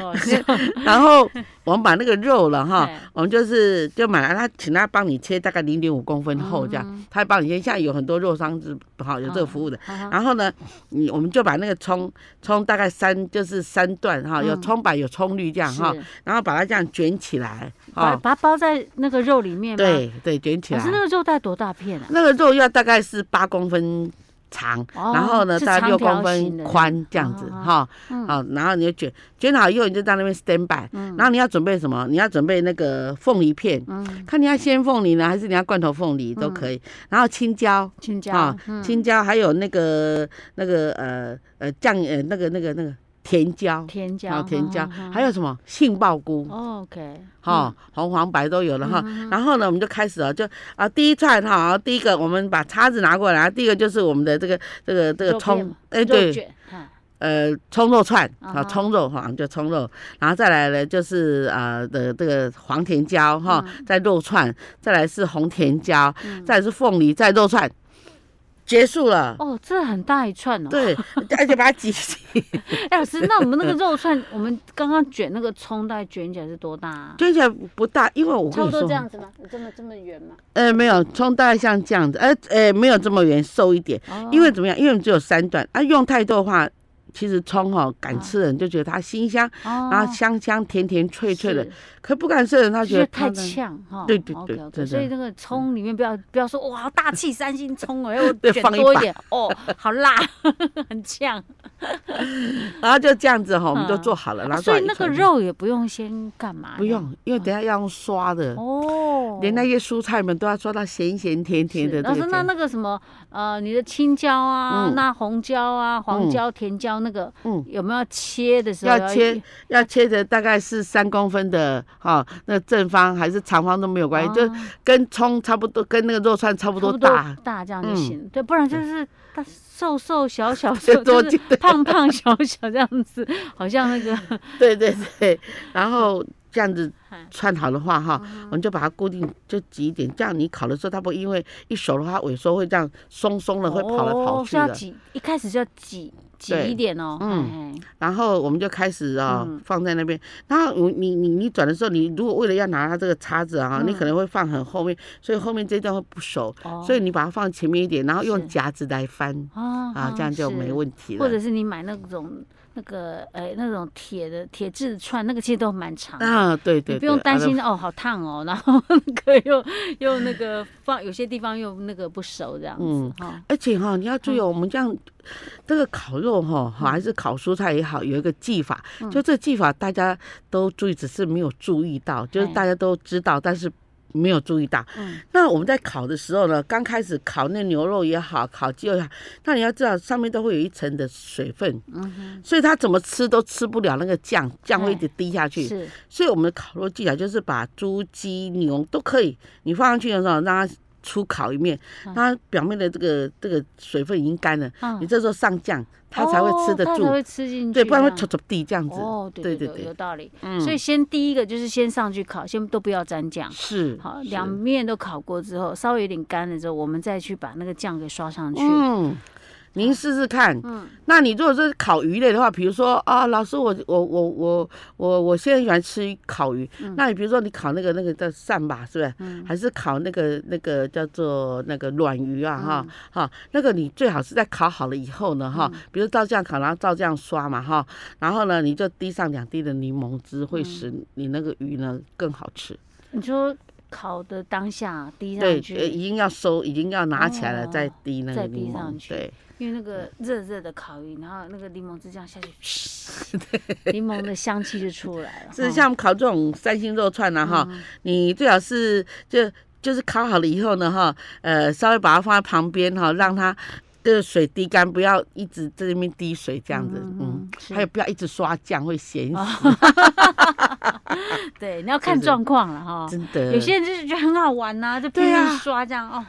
[SPEAKER 2] 哦，是
[SPEAKER 1] 然后我们把那个肉了 哈
[SPEAKER 2] 对，
[SPEAKER 1] 我们就是就买啊了他，请他帮你切大概零点五公分厚这样，他会帮你切。现在有很多肉商是好有这个服务的。
[SPEAKER 2] 嗯
[SPEAKER 1] 然后呢，你我们就把那个葱葱大概三就是三段哈，有葱白有葱绿这样哈，
[SPEAKER 2] 嗯是
[SPEAKER 1] 然后把它这样卷起来
[SPEAKER 2] 把
[SPEAKER 1] 啊，
[SPEAKER 2] 把它包在那个肉里面吗？，
[SPEAKER 1] 对对，卷起
[SPEAKER 2] 老
[SPEAKER 1] 来
[SPEAKER 2] 师，。那个肉带多大片啊？
[SPEAKER 1] 那个肉要大概是八公分长，
[SPEAKER 2] 哦
[SPEAKER 1] 然后呢
[SPEAKER 2] 是
[SPEAKER 1] 大概六
[SPEAKER 2] 长条
[SPEAKER 1] 公
[SPEAKER 2] 形
[SPEAKER 1] 分
[SPEAKER 2] 的
[SPEAKER 1] 宽这样子
[SPEAKER 2] 哦
[SPEAKER 1] 哈，
[SPEAKER 2] 嗯
[SPEAKER 1] 好，然后你就卷卷好以后，你就在那边 stand by，然后你要准备什么？你要准备那个凤梨片，
[SPEAKER 2] 嗯，
[SPEAKER 1] 看你要鲜凤梨呢，还是你要罐头凤梨都可以，然后青椒。
[SPEAKER 2] 青椒
[SPEAKER 1] 啊，
[SPEAKER 2] 嗯
[SPEAKER 1] 青椒还有那个那个呃呃酱呃那个那个那个甜椒，
[SPEAKER 2] 甜椒，
[SPEAKER 1] 好甜椒
[SPEAKER 2] 嗯，嗯嗯
[SPEAKER 1] 还有什么杏鲍菇，
[SPEAKER 2] 哦 OK，
[SPEAKER 1] 哈、红黄白都有了
[SPEAKER 2] 嗯
[SPEAKER 1] 哈。然后呢，我们就开始了，就啊，第一串哈，第一个我们把叉子拿过来，啊第一个就是我们的这个这个这个
[SPEAKER 2] 肉片
[SPEAKER 1] 葱
[SPEAKER 2] 嘛，
[SPEAKER 1] 哎
[SPEAKER 2] 肉
[SPEAKER 1] 对，
[SPEAKER 2] 卷，哈
[SPEAKER 1] 呃，葱肉串
[SPEAKER 2] 啊哈
[SPEAKER 1] 啊，葱肉哈，就葱肉，然后再来呢就是啊的这个黄甜椒哈，
[SPEAKER 2] 嗯
[SPEAKER 1] 再肉串，再来是红甜椒，再来是凤梨，再肉串，结束了。
[SPEAKER 2] 哦，这很大一串哦。
[SPEAKER 1] 对，而且把它挤起，
[SPEAKER 2] 哎，老师，那我 们那个肉串，我们刚刚卷那个葱，大概卷起来是多大啊？
[SPEAKER 1] 卷起来不大，因为我
[SPEAKER 2] 差
[SPEAKER 1] 跟
[SPEAKER 2] 不
[SPEAKER 1] 你
[SPEAKER 2] 多
[SPEAKER 1] 说
[SPEAKER 2] 这，样子吗？这么这么圆吗？
[SPEAKER 1] 呃，没有葱大概像这样子，呃呃，没有这么圆，瘦一点。
[SPEAKER 2] 哦
[SPEAKER 1] 因为怎么样？因为我们只有三段啊，用太多的话其实葱哈、敢吃的人就觉得它新香，然
[SPEAKER 2] 哦
[SPEAKER 1] 后，香香甜甜脆脆的
[SPEAKER 2] 是，，
[SPEAKER 1] 可不敢吃的人他
[SPEAKER 2] 就
[SPEAKER 1] 觉
[SPEAKER 2] 是
[SPEAKER 1] 得
[SPEAKER 2] 太
[SPEAKER 1] 它呢
[SPEAKER 2] 呛哈。
[SPEAKER 1] 对对对
[SPEAKER 2] o k
[SPEAKER 1] 真的
[SPEAKER 2] o k 所以那个葱里面不要不要说哇大气三星葱哎，我
[SPEAKER 1] 对
[SPEAKER 2] 卷
[SPEAKER 1] 放一
[SPEAKER 2] 多一
[SPEAKER 1] 把
[SPEAKER 2] 点哦，好辣， 很呛。
[SPEAKER 1] 然后就这样子哈，我们就
[SPEAKER 2] 嗯
[SPEAKER 1] 做好了，然后做
[SPEAKER 2] 所
[SPEAKER 1] 好
[SPEAKER 2] 以
[SPEAKER 1] 一
[SPEAKER 2] 那个
[SPEAKER 1] 串
[SPEAKER 2] 肉也不用先干嘛呢，
[SPEAKER 1] 不用，因为等一下要用刷的，
[SPEAKER 2] 哦。
[SPEAKER 1] 连那些蔬菜们都要刷到咸咸甜甜的
[SPEAKER 2] 是
[SPEAKER 1] 这个
[SPEAKER 2] 老师，
[SPEAKER 1] 甜。
[SPEAKER 2] 那那个什么，呃，你的青椒啊、
[SPEAKER 1] 嗯
[SPEAKER 2] 那红椒啊、黄
[SPEAKER 1] 嗯
[SPEAKER 2] 椒、甜椒那个，
[SPEAKER 1] 嗯
[SPEAKER 2] 有没有切的时候哎
[SPEAKER 1] 要切要切的大概是三公分的哈、那正方还是长方都没有关系，
[SPEAKER 2] 哦
[SPEAKER 1] 就跟葱差不多，跟那个肉串差不
[SPEAKER 2] 差
[SPEAKER 1] 多
[SPEAKER 2] 不多
[SPEAKER 1] 大，
[SPEAKER 2] 大这样就
[SPEAKER 1] 嗯
[SPEAKER 2] 行，对，不然就是它瘦瘦 小小
[SPEAKER 1] 最
[SPEAKER 2] 的，
[SPEAKER 1] 多
[SPEAKER 2] 就是
[SPEAKER 1] 就
[SPEAKER 2] 胖胖小小这样子，好像 那个
[SPEAKER 1] 对对对，然后这样子
[SPEAKER 2] 哎
[SPEAKER 1] 串好的话哈，我们就把它固定就挤一点，这样你烤的时候它不会因为一熟的话萎缩会这样松松的会跑来跑
[SPEAKER 2] 哦
[SPEAKER 1] 去
[SPEAKER 2] 是要
[SPEAKER 1] 的。
[SPEAKER 2] 挤，一开始就要挤挤
[SPEAKER 1] 对
[SPEAKER 2] 一点哦，嗯，
[SPEAKER 1] 然后我们就开始啊、
[SPEAKER 2] 嗯
[SPEAKER 1] 放在那边，然后我你你你转的时候，你如果为了要拿它这个叉子啊，你可能会放很后面，所以后面这段会不熟，
[SPEAKER 2] 嗯哦
[SPEAKER 1] 所以你把它放前面一点，然后
[SPEAKER 2] 是
[SPEAKER 1] 用夹子来翻。
[SPEAKER 2] 啊
[SPEAKER 1] 啊，这样就没
[SPEAKER 2] 题。
[SPEAKER 1] 问题了。
[SPEAKER 2] 或者是你买那种那个呃、那种铁的铁质串，那个其实都蛮长的。
[SPEAKER 1] 啊，对对，
[SPEAKER 2] 你不
[SPEAKER 1] 对
[SPEAKER 2] 用担。
[SPEAKER 1] 啊
[SPEAKER 2] 心哦，好烫哦，然后 那个又又那个放，有些地方又那个不熟这样子
[SPEAKER 1] 嗯
[SPEAKER 2] 哈。
[SPEAKER 1] 而且哈，你要
[SPEAKER 2] 嗯
[SPEAKER 1] 注意哦，我们这样这个烤肉哈，哈还是烤蔬菜也好，有一个技法，
[SPEAKER 2] 嗯
[SPEAKER 1] 就这技法大家都注意，只是没有注意到，就是
[SPEAKER 2] 哎
[SPEAKER 1] 大家都知道，但是。没有注意到，
[SPEAKER 2] 嗯
[SPEAKER 1] 那我们在烤的时候呢，刚开始烤那牛肉也好，烤鸡肉也好，那你要知道上面都会有一层的水分，
[SPEAKER 2] 嗯哼，
[SPEAKER 1] 所以它怎么吃都吃不了那个酱，酱会一直滴下去。
[SPEAKER 2] 是
[SPEAKER 1] 所以我们的烤肉技巧就是把猪、鸡、牛都可以，你放上去的时候让它出烤一面，
[SPEAKER 2] 嗯
[SPEAKER 1] 它表面的这个这个水分已经干了，
[SPEAKER 2] 啊
[SPEAKER 1] 你这时候上酱，它才会吃得
[SPEAKER 2] 哦它才
[SPEAKER 1] 住，
[SPEAKER 2] 会吃进去，
[SPEAKER 1] 对，不然会
[SPEAKER 2] 这
[SPEAKER 1] 戳
[SPEAKER 2] 样
[SPEAKER 1] 戳地这样子。
[SPEAKER 2] 哦，对
[SPEAKER 1] 对对
[SPEAKER 2] 对对，
[SPEAKER 1] 对
[SPEAKER 2] 有道理。
[SPEAKER 1] 嗯
[SPEAKER 2] 所以先第一个就是先上去烤，先都不要沾酱。
[SPEAKER 1] 是
[SPEAKER 2] 好，
[SPEAKER 1] 是
[SPEAKER 2] 两面都烤过之后，稍微有点干了之后，我们再去把那个酱给刷上去。
[SPEAKER 1] 嗯。您试试看，
[SPEAKER 2] 嗯
[SPEAKER 1] 那你如果是烤鱼类的话，比如说啊，老师我我我我我我现在喜欢吃烤鱼，那你比如说你烤那个那个叫扇吧，是不是？
[SPEAKER 2] 嗯
[SPEAKER 1] 还是烤那个那个叫做那个软鱼
[SPEAKER 2] 嗯
[SPEAKER 1] 啊，哈、哈，那个你最好是在烤好了以后呢，
[SPEAKER 2] 嗯
[SPEAKER 1] 哈，比如照这样烤，然后照这样刷嘛，哈，然后呢你就滴上两滴的柠檬汁，会使
[SPEAKER 2] 嗯
[SPEAKER 1] 你那个鱼呢更好吃。
[SPEAKER 2] 你说烤的当下滴
[SPEAKER 1] 对
[SPEAKER 2] 上，去，
[SPEAKER 1] 呃已经要收，已经要拿起来了，
[SPEAKER 2] 哦
[SPEAKER 1] 再滴那个
[SPEAKER 2] 再滴
[SPEAKER 1] 柠
[SPEAKER 2] 上
[SPEAKER 1] 檬，
[SPEAKER 2] 去
[SPEAKER 1] 对，
[SPEAKER 2] 因为那个热热的烤鱼，然后那个柠檬汁这样下 去，柠檬的香气就出来了。
[SPEAKER 1] 是
[SPEAKER 2] 哈
[SPEAKER 1] 像我们烤这种三星肉串呢、啊哈、你最好是就就是烤好了以后呢，哈，呃，稍微把它放在旁边哈，让它这个水滴干，不要一直在那边滴水这样子，
[SPEAKER 2] 嗯
[SPEAKER 1] 嗯。
[SPEAKER 2] 嗯是
[SPEAKER 1] 还有不要一直刷酱，会咸死，
[SPEAKER 2] 对，你要看
[SPEAKER 1] 就是
[SPEAKER 2] 状况了哈。
[SPEAKER 1] 真的。
[SPEAKER 2] 有些人就是觉得很好玩呐、就拼
[SPEAKER 1] 对啊
[SPEAKER 2] 命刷这样、哦。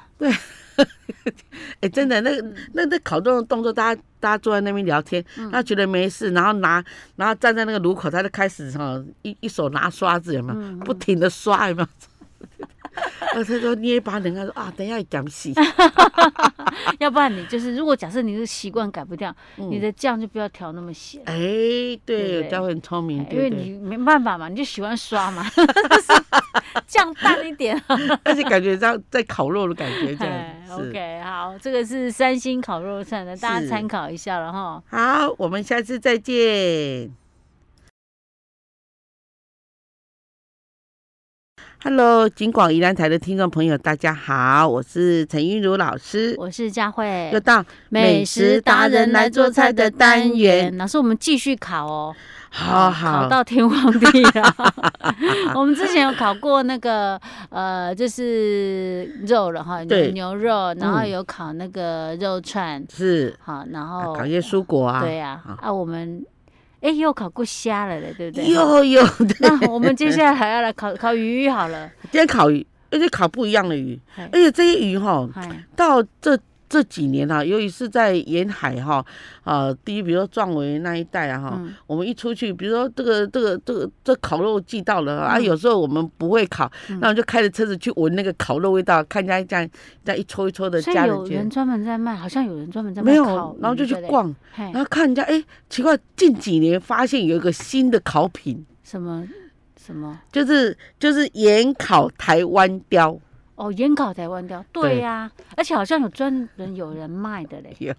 [SPEAKER 1] 哎、真的，那个那那烤肉的动作，大家大家坐在那边聊天，他觉得没事，然后拿，然后站在那个炉口，他就开始哈，一一手拿刷子，有没有？不停的刷，有没有？ 呃，他说捏一把冷汗，说啊，等一下讲洗。啊
[SPEAKER 2] 要不然你就是，如果假设你的习惯改不掉，
[SPEAKER 1] 嗯
[SPEAKER 2] 你的酱就不要调那么咸。
[SPEAKER 1] 哎、
[SPEAKER 2] 对
[SPEAKER 1] 对，
[SPEAKER 2] 不
[SPEAKER 1] 这样会很聪明，
[SPEAKER 2] 因
[SPEAKER 1] 对
[SPEAKER 2] 为你
[SPEAKER 1] 对。
[SPEAKER 2] 没办法嘛，你就喜欢刷 嘛，就是酱淡一点啊。
[SPEAKER 1] 而且感觉像在烤肉的感 觉，这
[SPEAKER 2] 哎
[SPEAKER 1] 样子。
[SPEAKER 2] OK，好，这个是三星烤肉串的，大家
[SPEAKER 1] 是
[SPEAKER 2] 参考一下了哈。
[SPEAKER 1] 好，我们下次再见。Hello，金广宜兰台的听众朋友，大家好，我是陈玉茹老师，
[SPEAKER 2] 我是佳慧
[SPEAKER 1] 又，到美食达人来做菜的单元，
[SPEAKER 2] 老师，我们继续烤哦，
[SPEAKER 1] 好
[SPEAKER 2] 烤
[SPEAKER 1] 好
[SPEAKER 2] 到天荒地老。 我们之前有烤过那个呃，就是肉了哈，牛
[SPEAKER 1] 对
[SPEAKER 2] 牛肉，然后
[SPEAKER 1] 嗯
[SPEAKER 2] 有烤那个肉串，
[SPEAKER 1] 是
[SPEAKER 2] 好，然
[SPEAKER 1] 啊
[SPEAKER 2] 后
[SPEAKER 1] 烤些蔬果啊，
[SPEAKER 2] 哦对呀
[SPEAKER 1] 好，
[SPEAKER 2] 啊，我们哎又烤过虾了嘞，对不对？
[SPEAKER 1] 有有，
[SPEAKER 2] 那我们接下来还要来烤烤鱼好了，
[SPEAKER 1] 今天烤鱼，而且烤不一样的鱼，
[SPEAKER 2] 哎
[SPEAKER 1] 而且这些鱼哈，
[SPEAKER 2] 哎，
[SPEAKER 1] 到这这几年啊，尤其是在沿海哈、啊，第一，比如说壮围那一带啊哈、
[SPEAKER 2] 嗯
[SPEAKER 1] 我们一出去，比如说这个这个这个这烤肉季到了
[SPEAKER 2] 嗯
[SPEAKER 1] 啊，有时候我们不会烤，那我们就开着车子去闻那个烤肉味道，看人家这样这样一抽一抽的，
[SPEAKER 2] 所以
[SPEAKER 1] 家
[SPEAKER 2] 有
[SPEAKER 1] 人觉
[SPEAKER 2] 人专门在卖，好像有人专门在
[SPEAKER 1] 得
[SPEAKER 2] 卖
[SPEAKER 1] 没有
[SPEAKER 2] 烤，
[SPEAKER 1] 然后
[SPEAKER 2] 鱼
[SPEAKER 1] 就去
[SPEAKER 2] 对不对，
[SPEAKER 1] 逛，
[SPEAKER 2] 嘿
[SPEAKER 1] 然后看人家哎，奇怪，近几年发现有一个新的烤品，
[SPEAKER 2] 什么什么
[SPEAKER 1] 就是就是盐烤台湾雕，
[SPEAKER 2] 哦，盐烤才弯掉，对呀、而且好像有专人有人卖的嘞，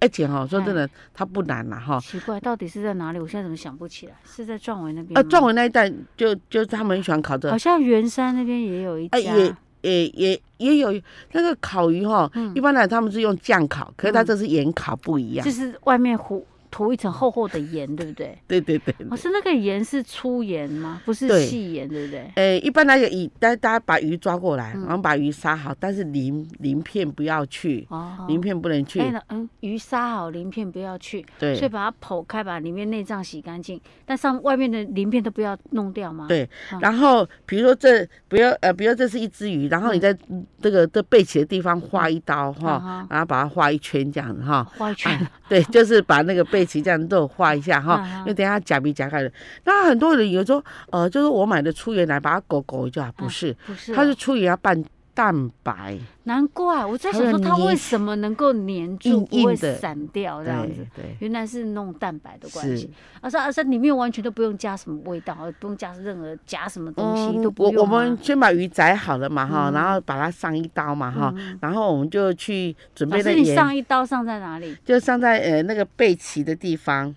[SPEAKER 1] 而且哈、说真的，它不难啦哈。
[SPEAKER 2] 奇怪，到底哎是在哪里？我现在怎么想不起来？是在壮围那边吗？
[SPEAKER 1] 呃，壮伟那一带就就是他们很喜欢烤这
[SPEAKER 2] 好
[SPEAKER 1] 个，
[SPEAKER 2] 像圆山那边也有一家，
[SPEAKER 1] 哎也也也也有那个烤鱼哈、
[SPEAKER 2] 嗯
[SPEAKER 1] 一般来他们是用酱烤，可是它这是盐烤不一样。
[SPEAKER 2] 就是外面糊涂一层厚厚的盐，对不对？
[SPEAKER 1] 对对对。对
[SPEAKER 2] 哦，是那个盐是粗盐吗？不是
[SPEAKER 1] 对
[SPEAKER 2] 细盐，对不对？
[SPEAKER 1] 呃，一般来讲，以大大家把鱼抓过
[SPEAKER 2] 嗯
[SPEAKER 1] 来，然后把鱼杀好，但是鳞鳞片不要去，
[SPEAKER 2] 哦，
[SPEAKER 1] 鳞片不能去
[SPEAKER 2] 哎、。那嗯，鱼杀好鳞片不要去，
[SPEAKER 1] 对
[SPEAKER 2] 所以把它剖开，把里面内脏洗干净，但上外面的鳞片都不要弄掉吗？，
[SPEAKER 1] 对，然后比如说这不要呃，比如说这是一只鱼，然后你在这个这背鳍的地方划一刀哈
[SPEAKER 2] 嗯，
[SPEAKER 1] 然后把它划一圈这样子哈。
[SPEAKER 2] 画一圈。
[SPEAKER 1] 对，就是把那个背鳍这样肉画一下
[SPEAKER 2] 嗯
[SPEAKER 1] 哈
[SPEAKER 2] 嗯，
[SPEAKER 1] 因为等一下夹皮夹开了。那很多人有时候呃，就是我买的粗盐来把它狗狗一下，不是，
[SPEAKER 2] 不嗯是、哦
[SPEAKER 1] 它是粗盐要拌蛋白，
[SPEAKER 2] 难怪我在想说它为什么能够粘住，
[SPEAKER 1] 硬
[SPEAKER 2] 不会
[SPEAKER 1] 硬的
[SPEAKER 2] 散掉
[SPEAKER 1] 对
[SPEAKER 2] 这样子。
[SPEAKER 1] 对。
[SPEAKER 2] 原来是弄蛋白的关
[SPEAKER 1] 是
[SPEAKER 2] 系，啊而且而且里面完全都不用加什么味道，不用加任何夹什么东西、
[SPEAKER 1] 嗯
[SPEAKER 2] 都不
[SPEAKER 1] 我
[SPEAKER 2] 用、啊。嗯
[SPEAKER 1] 我们先把鱼宰好了嘛哈，然后把它上一刀嘛哈，然后我们就去准
[SPEAKER 2] 老
[SPEAKER 1] 备那
[SPEAKER 2] 师，你
[SPEAKER 1] 盐。
[SPEAKER 2] 上一刀上在哪里？
[SPEAKER 1] 就上在呃那个背鳍的地方，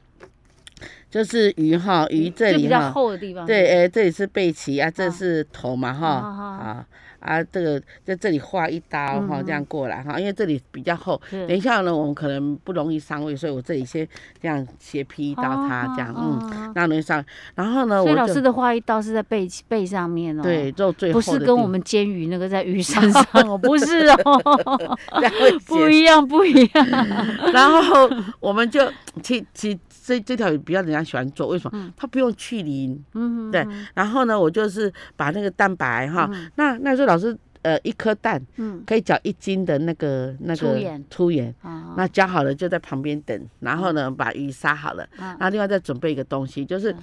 [SPEAKER 1] 就是鱼哈，鱼这
[SPEAKER 2] 嗯就
[SPEAKER 1] 里
[SPEAKER 2] 比较
[SPEAKER 1] 哈，
[SPEAKER 2] 厚的地方。
[SPEAKER 1] 对，呃，这里是背鳍啊，这
[SPEAKER 2] 啊
[SPEAKER 1] 是头嘛哈，
[SPEAKER 2] 啊啊
[SPEAKER 1] 啊啊，这个在这里画一刀哈，这样过来哈，因为这里比较厚，
[SPEAKER 2] 嗯是
[SPEAKER 1] 等一下呢，我们可能不容易伤胃，所以我这里先这样斜劈一刀它，这样嗯，
[SPEAKER 2] 嗯。
[SPEAKER 1] 那容易伤。然后呢，
[SPEAKER 2] 所以
[SPEAKER 1] 我
[SPEAKER 2] 老师
[SPEAKER 1] 就
[SPEAKER 2] 的划一刀是在背背上面哦，
[SPEAKER 1] 对，肉最
[SPEAKER 2] 不
[SPEAKER 1] 厚
[SPEAKER 2] 是
[SPEAKER 1] 的地
[SPEAKER 2] 跟我们煎鱼那个在鱼身上 哦，不是哦，
[SPEAKER 1] 待会
[SPEAKER 2] 不
[SPEAKER 1] 解
[SPEAKER 2] 一样，不一样。
[SPEAKER 1] 然后我们就其其这这条鱼比较人家喜欢做，为什么？它不用去鳞，
[SPEAKER 2] 嗯，
[SPEAKER 1] 对。然后呢，我就是把那个蛋白哈，那那时候老师呃一颗蛋
[SPEAKER 2] 嗯
[SPEAKER 1] 可以搅一斤的那个那个
[SPEAKER 2] 粗盐
[SPEAKER 1] 粗盐。
[SPEAKER 2] 啊，
[SPEAKER 1] 那搅好了就在旁边等，然后呢把鱼杀好了，
[SPEAKER 2] 嗯
[SPEAKER 1] 那另外再准备一个东西，就是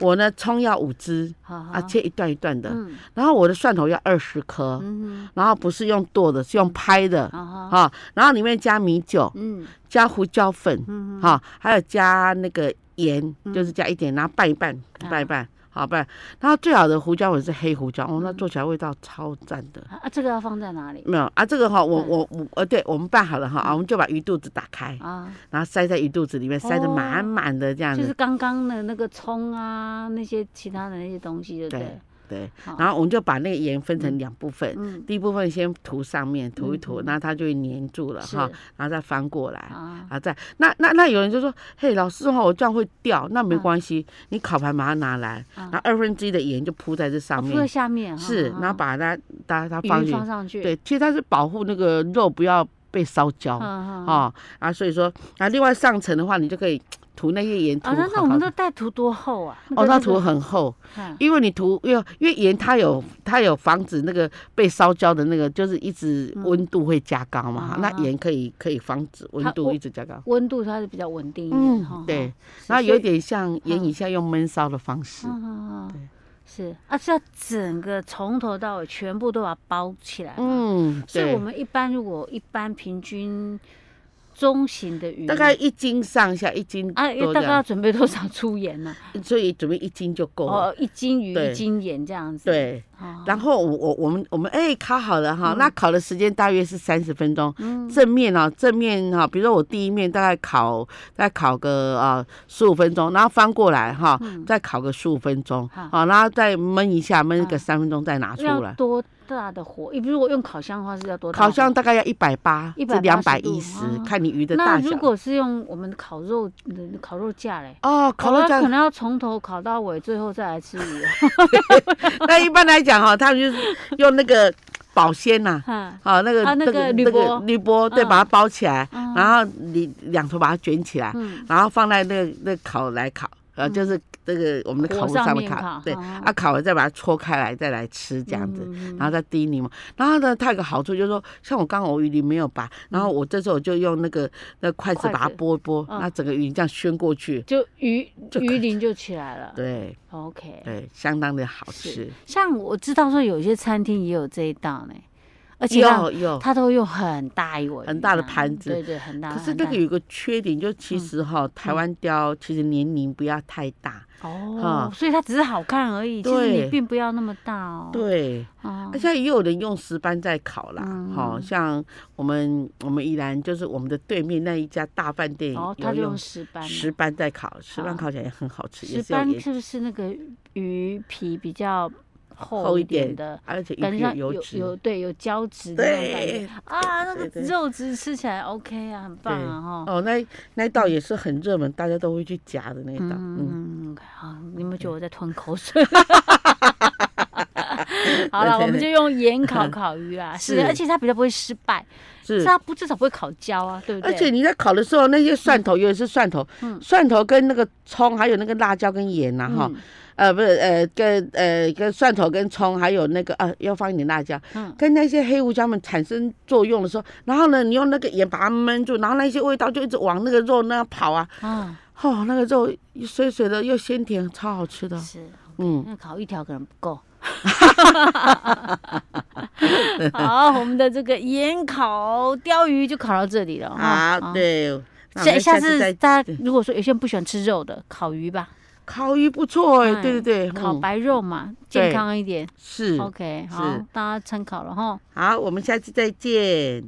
[SPEAKER 1] 我呢葱要五只
[SPEAKER 2] 好好
[SPEAKER 1] 啊，切一段一段的，
[SPEAKER 2] 哦嗯
[SPEAKER 1] 然后我的蒜头要二十颗，
[SPEAKER 2] 嗯
[SPEAKER 1] 然后不是用剁的，是用拍的
[SPEAKER 2] 哼，啊哈，
[SPEAKER 1] 啊，然后里面加米酒，
[SPEAKER 2] 嗯
[SPEAKER 1] 加胡椒粉，
[SPEAKER 2] 嗯
[SPEAKER 1] 哈、还有加那个盐，就是加一点，然后拌一拌，
[SPEAKER 2] 啊
[SPEAKER 1] 拌一拌，好拌。然后最好的胡椒粉是黑胡椒，哦，那
[SPEAKER 2] 嗯
[SPEAKER 1] 做起来味道超赞的。
[SPEAKER 2] 啊，这个要放在哪里
[SPEAKER 1] 没有啊，这个哈、我
[SPEAKER 2] 嗯
[SPEAKER 1] 我我呃，对我们拌好了哈、啊，我们就把鱼肚子打开，
[SPEAKER 2] 啊？
[SPEAKER 1] 然后塞在鱼肚子里面，塞得
[SPEAKER 2] 哦
[SPEAKER 1] 满满的这样
[SPEAKER 2] 就
[SPEAKER 1] 子。
[SPEAKER 2] 是刚刚的那个葱啊，那些其他的那些东西，对不对
[SPEAKER 1] 对？对
[SPEAKER 2] 好，
[SPEAKER 1] 然后我们就把那个盐分成两部分，
[SPEAKER 2] 嗯，
[SPEAKER 1] 第一部分先涂上面，涂一涂，那它就会粘住了
[SPEAKER 2] 是
[SPEAKER 1] 哈，然后再翻过来。
[SPEAKER 2] 啊，
[SPEAKER 1] 啊，在那那那有人就说，嘿，老师哈，我这样会掉，那没关
[SPEAKER 2] 嗯
[SPEAKER 1] 系，你烤盘把它拿来，
[SPEAKER 2] 啊
[SPEAKER 1] 然后二分之一的盐就铺在这
[SPEAKER 2] 哦
[SPEAKER 1] 上
[SPEAKER 2] 铺在
[SPEAKER 1] 面，
[SPEAKER 2] 下面，
[SPEAKER 1] 是，然后把
[SPEAKER 2] 把
[SPEAKER 1] 它它它放
[SPEAKER 2] 嗯鱼
[SPEAKER 1] 进
[SPEAKER 2] 放
[SPEAKER 1] 去，
[SPEAKER 2] 上去，，
[SPEAKER 1] 对，其实它是保护那个肉不要被烧焦啊、
[SPEAKER 2] 嗯啊，
[SPEAKER 1] 哦啊，所以说啊，另外上层的话，你就可以涂那些盐涂
[SPEAKER 2] 啊，
[SPEAKER 1] 好
[SPEAKER 2] 那那我们
[SPEAKER 1] 好
[SPEAKER 2] 的带图多厚啊？
[SPEAKER 1] 哦，那
[SPEAKER 2] 个
[SPEAKER 1] 涂很厚，
[SPEAKER 2] 嗯
[SPEAKER 1] 因为你涂，因为因为盐它有它有防止那个被烧焦的那个，就是一直
[SPEAKER 2] 嗯
[SPEAKER 1] 温度会加高嘛，
[SPEAKER 2] 啊
[SPEAKER 1] 那盐可以可以防止温
[SPEAKER 2] 它
[SPEAKER 1] 度
[SPEAKER 2] 我
[SPEAKER 1] 一直加高。
[SPEAKER 2] 温度它是比较稳定一点，哈
[SPEAKER 1] 嗯，对，，然
[SPEAKER 2] 然
[SPEAKER 1] 后
[SPEAKER 2] 后
[SPEAKER 1] 有点像盐以下用焖烧的方式
[SPEAKER 2] 嗯，嗯
[SPEAKER 1] 对
[SPEAKER 2] 嗯，是啊，是要整个从头到尾全部都把它包起来。嗯，
[SPEAKER 1] 嗯，
[SPEAKER 2] 所以
[SPEAKER 1] 对
[SPEAKER 2] 我，们一般如果一般平均中型的鱼，
[SPEAKER 1] 大概一斤上下，一斤
[SPEAKER 2] 啊，
[SPEAKER 1] 多这
[SPEAKER 2] 大概要
[SPEAKER 1] 样，
[SPEAKER 2] 准备多少粗盐呢？
[SPEAKER 1] 所以准备一斤就够了。
[SPEAKER 2] 哦，一斤鱼
[SPEAKER 1] 对
[SPEAKER 2] 一斤盐这样子。，
[SPEAKER 1] 对，
[SPEAKER 2] 哦，
[SPEAKER 1] 然后我我我们我们哎烤好了
[SPEAKER 2] 嗯
[SPEAKER 1] 哈，那烤的时间大约是三十分钟。正面啊，正面哈，比如说我第一面大概烤大概烤个啊十五分钟，然后翻过来哈，
[SPEAKER 2] 嗯
[SPEAKER 1] 再烤个十五分钟，
[SPEAKER 2] 好
[SPEAKER 1] 好，然后再焖一下，焖个
[SPEAKER 2] 啊
[SPEAKER 1] 三分钟再拿出
[SPEAKER 2] 要
[SPEAKER 1] 来。
[SPEAKER 2] 多大的火？你如果用烤箱的话是要多大？
[SPEAKER 1] 烤箱。大概要一百八至两百
[SPEAKER 2] 180度
[SPEAKER 1] 一十
[SPEAKER 2] 啊，
[SPEAKER 1] 看你鱼的
[SPEAKER 2] 那
[SPEAKER 1] 大小
[SPEAKER 2] 如。果是用我们烤肉嗯烤肉架嘞？
[SPEAKER 1] 哦，烤
[SPEAKER 2] 哦
[SPEAKER 1] 肉
[SPEAKER 2] 那
[SPEAKER 1] 酱
[SPEAKER 2] 可能要从头烤到尾，最后再来吃鱼 哦。
[SPEAKER 1] 那一般来讲哈，他们就是用那个保鲜呐、
[SPEAKER 2] 哈
[SPEAKER 1] 啊，那个、
[SPEAKER 2] 啊那个
[SPEAKER 1] 那
[SPEAKER 2] 铝
[SPEAKER 1] 个
[SPEAKER 2] 箔
[SPEAKER 1] 铝箔，对，
[SPEAKER 2] 嗯
[SPEAKER 1] 把它包起来，
[SPEAKER 2] 嗯
[SPEAKER 1] 然后你两头把它卷起来，
[SPEAKER 2] 嗯
[SPEAKER 1] 然后放在那个那烤来烤，呃，就是那个我们的烤
[SPEAKER 2] 火
[SPEAKER 1] 炉
[SPEAKER 2] 上
[SPEAKER 1] 上面
[SPEAKER 2] 面
[SPEAKER 1] 烤，
[SPEAKER 2] 烤
[SPEAKER 1] 对，
[SPEAKER 2] 嗯
[SPEAKER 1] 啊，烤了再把它搓开来再来吃这样子，然后再滴柠檬。然后呢，它有个好处就是说，像我刚刚我鱼鳞没有拔，然后我这时候我就用那个那筷子
[SPEAKER 2] 筷
[SPEAKER 1] 把它
[SPEAKER 2] 子
[SPEAKER 1] 拨一拨，
[SPEAKER 2] 嗯
[SPEAKER 1] 那整个鱼这样宣过去，
[SPEAKER 2] 就鱼
[SPEAKER 1] 就可
[SPEAKER 2] 鱼鳞就起来了。
[SPEAKER 1] 对
[SPEAKER 2] OK，
[SPEAKER 1] 对，相当的好
[SPEAKER 2] 是
[SPEAKER 1] 吃。
[SPEAKER 2] 像我知道说有些餐厅也有这一道呢，而且它
[SPEAKER 1] 有有，
[SPEAKER 2] 它都用很大一尾鱼
[SPEAKER 1] 很大的
[SPEAKER 2] 这样
[SPEAKER 1] 盘子
[SPEAKER 2] 对对，很大。
[SPEAKER 1] 可是
[SPEAKER 2] 很
[SPEAKER 1] 那
[SPEAKER 2] 大
[SPEAKER 1] 个有一个缺点，就
[SPEAKER 2] 嗯
[SPEAKER 1] 其实哈，台湾雕其实年龄不要太大。
[SPEAKER 2] 哦
[SPEAKER 1] 啊，
[SPEAKER 2] 所以它只是好看而已，其实你
[SPEAKER 1] 对
[SPEAKER 2] 并不要那么大哦。
[SPEAKER 1] 对，
[SPEAKER 2] 啊
[SPEAKER 1] 那，现在也有人用石斑在烤啦，
[SPEAKER 2] 嗯
[SPEAKER 1] 好、像我们我们宜兰就是我们的对面那一家大饭店
[SPEAKER 2] 哦，它
[SPEAKER 1] 有
[SPEAKER 2] 就用
[SPEAKER 1] 用
[SPEAKER 2] 石斑嘛，
[SPEAKER 1] 石斑在烤，石斑
[SPEAKER 2] 好
[SPEAKER 1] 烤起来也很好吃，也
[SPEAKER 2] 石
[SPEAKER 1] 是有
[SPEAKER 2] 斑
[SPEAKER 1] 点
[SPEAKER 2] 是不是那个鱼皮比较厚
[SPEAKER 1] 厚一
[SPEAKER 2] 点
[SPEAKER 1] 点
[SPEAKER 2] 的？
[SPEAKER 1] 而且鱼
[SPEAKER 2] 感
[SPEAKER 1] 皮
[SPEAKER 2] 觉上
[SPEAKER 1] 有
[SPEAKER 2] 有
[SPEAKER 1] 油脂，
[SPEAKER 2] 有对有胶质的那种感觉
[SPEAKER 1] 对
[SPEAKER 2] 啊，那个
[SPEAKER 1] 对对
[SPEAKER 2] 肉质吃起来 OK 啊，很棒啊哈。
[SPEAKER 1] 哦，那那一道也是很热门，大家都会去夹的那一道，嗯
[SPEAKER 2] 嗯，好，你们觉得我在吞 口水？好
[SPEAKER 1] 对对
[SPEAKER 2] 了，
[SPEAKER 1] 对
[SPEAKER 2] 我们就用盐 烤烤鱼啊，是，
[SPEAKER 1] 是
[SPEAKER 2] 而且它比较不会失败，是
[SPEAKER 1] 是。
[SPEAKER 2] 它不至少不会烤焦啊，对不
[SPEAKER 1] 而
[SPEAKER 2] 对？
[SPEAKER 1] 且你在烤的时候，那些蒜头，尤其是蒜头，
[SPEAKER 2] 嗯
[SPEAKER 1] 蒜头跟那个葱，还有那个辣椒跟盐呐、哈、
[SPEAKER 2] 嗯
[SPEAKER 1] 呃，不是，呃，跟呃跟蒜头跟葱，还有那个呃，要放一点辣椒，
[SPEAKER 2] 嗯
[SPEAKER 1] 跟那些黑胡椒们产生作用的时候，然后呢，你用那个盐把它焖住，然后那些味道就一直往那个肉那样跑啊，
[SPEAKER 2] 啊，
[SPEAKER 1] 哦，那个肉水水的又鲜甜，超好吃的，
[SPEAKER 2] 是，
[SPEAKER 1] 嗯，
[SPEAKER 2] 那烤一条可能不 够。好，我们的这个盐烤鲷鱼就烤到这里了哈。
[SPEAKER 1] 好，啊对，那我
[SPEAKER 2] 下
[SPEAKER 1] 们
[SPEAKER 2] 下
[SPEAKER 1] 次
[SPEAKER 2] 次
[SPEAKER 1] 再
[SPEAKER 2] 大家如果说有些人不喜欢吃肉的，烤鱼吧，
[SPEAKER 1] 烤鱼不错哎、
[SPEAKER 2] 哎
[SPEAKER 1] 对对对，
[SPEAKER 2] 烤
[SPEAKER 1] 嗯、
[SPEAKER 2] 白肉嘛，
[SPEAKER 1] 对
[SPEAKER 2] 健康一点。
[SPEAKER 1] 是
[SPEAKER 2] OK，
[SPEAKER 1] 是
[SPEAKER 2] 好，大家参考了哈。
[SPEAKER 1] 好，我们下次再见。